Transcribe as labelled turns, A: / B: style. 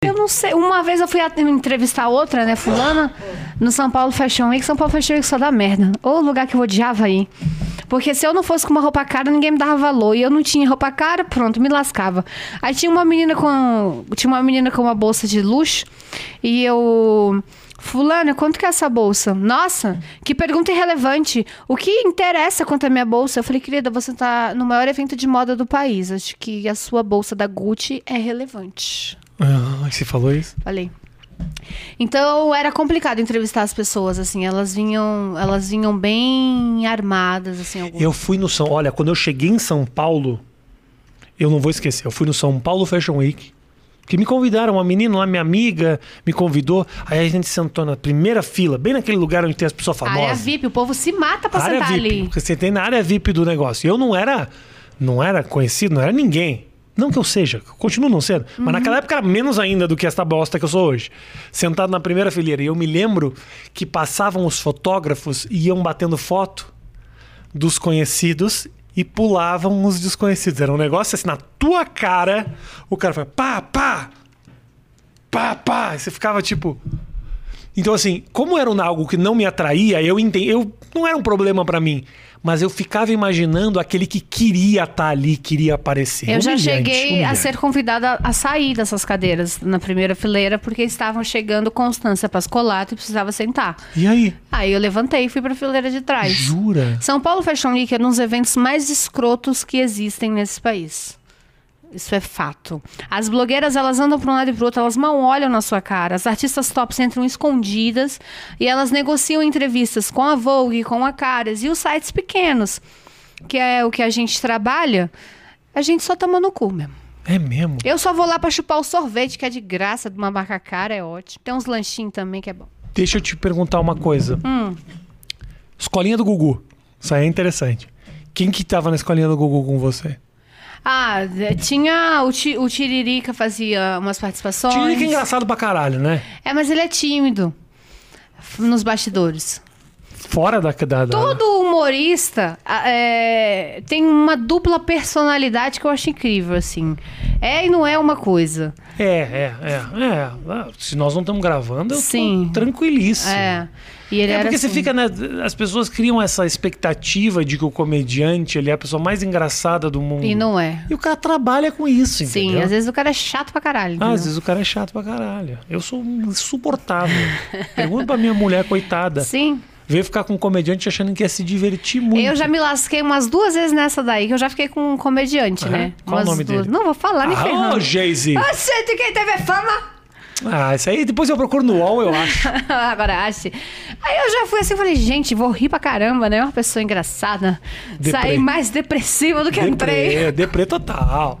A: não sei. Uma vez eu fui at- entrevistar outra, né, fulana, no São Paulo Fashion Week. São Paulo Fashion Week só dá merda. Ou lugar que eu odiava ir. Porque se eu não fosse com uma roupa cara, ninguém me dava valor. E eu não tinha roupa cara, pronto, me lascava. Aí tinha uma menina com. Tinha uma menina com uma bolsa de luxo. E eu. Fulana, quanto que é essa bolsa? Nossa, que pergunta irrelevante. O que interessa quanto é minha bolsa? Eu falei, querida, você tá no maior evento de moda do país. Acho que a sua bolsa da Gucci é relevante.
B: Ah, você falou isso?
A: Falei. Então era complicado entrevistar as pessoas, assim, elas vinham, elas vinham bem armadas, assim, algumas.
B: Eu fui no São... Olha, quando eu cheguei em São Paulo, eu não vou esquecer. Eu fui no São Paulo Fashion Week. Que me convidaram, uma menina lá, minha amiga, me convidou. Aí a gente sentou na primeira fila, bem naquele lugar onde tem as pessoas famosas.
A: área VIP, o povo se mata pra
B: área
A: sentar
B: VIP.
A: ali.
B: Porque você tem na área VIP do negócio. Eu não era, não era conhecido, não era ninguém. Não que eu seja, que eu continuo não sendo.
A: Uhum.
B: Mas naquela época era menos ainda do que essa bosta que eu sou hoje. Sentado na primeira fileira. E eu me lembro que passavam os fotógrafos e iam batendo foto dos conhecidos e pulavam os desconhecidos. Era um negócio assim, na tua cara, o cara foi pá, pá, pá, pá. E você ficava tipo. Então, assim, como era um- algo que não me atraía, eu entendi. Eu, não era um problema pra mim. Mas eu ficava imaginando aquele que queria estar ali, queria aparecer.
A: Eu já
B: É Humilhante,
A: cheguei a
B: humilhante.
A: ser convidada a sair dessas cadeiras na primeira fileira, porque estavam chegando Constância Pascolato e precisava sentar.
B: E aí?
A: Aí eu levantei e fui pra fileira de trás.
B: Jura?
A: São Paulo Fashion Week é um dos eventos mais escrotos que existem nesse país. Isso é fato. As blogueiras, elas andam para um lado e pro outro, elas mal olham na sua cara. As artistas tops entram escondidas e elas negociam entrevistas com a Vogue, com a Caras e os sites pequenos, que é o que a gente trabalha. A gente só toma no cu mesmo.
B: É mesmo.
A: Eu só vou lá para chupar o sorvete, que é de graça, de uma marca cara, é ótimo. Tem uns lanchinhos também, que é bom.
B: Deixa eu te perguntar uma coisa.
A: Hum.
B: Escolinha do Gugu. Isso aí é interessante. Quem que tava na escolinha do Gugu com você?
A: Ah, eh, tinha o, ti, o Tiririca fazia umas participações.
B: Tinha que é engraçado pra caralho, né?
A: É, mas ele é tímido f- nos bastidores.
B: Fora da. da, da-
A: Todo humorista a- é, tem uma dupla personalidade que eu acho incrível, assim. É e não é uma coisa.
B: É, é, é, é. Ah, Se nós não estamos gravando, eu
A: Sim.
B: tô tranquilíssimo.
A: É. E ele
B: É
A: era
B: porque você
A: assim.
B: fica, né? As pessoas criam essa expectativa de que o comediante ele é a pessoa mais engraçada do mundo.
A: E não é.
B: E o cara trabalha com isso,
A: Sim,
B: entendeu?
A: às vezes o cara é chato pra caralho.
B: Ah,
A: entendeu?
B: às vezes o cara é chato pra caralho. Eu sou um insuportável. Pergunta pra minha mulher, coitada.
A: Sim.
B: Veio ficar com um comediante achando que ia se divertir muito.
A: Eu já me lasquei umas duas vezes nessa daí, que eu já fiquei com um comediante,
B: Aham.
A: né?
B: Qual o
A: Umas
B: nome
A: duas.
B: dele?
A: Não, vou falar, me
B: Ah,
A: ferrando.
B: ô, Jay-Z.
A: Oxe, de quem teve fama?
B: Ah, isso aí depois eu procuro no UOL, eu acho.
A: Agora ache. Aí eu já fui assim, falei, gente, vou rir pra caramba, né? Uma pessoa engraçada.
B: Deprê.
A: Saí mais depressiva do que entrei.
B: Deprê, deprê total.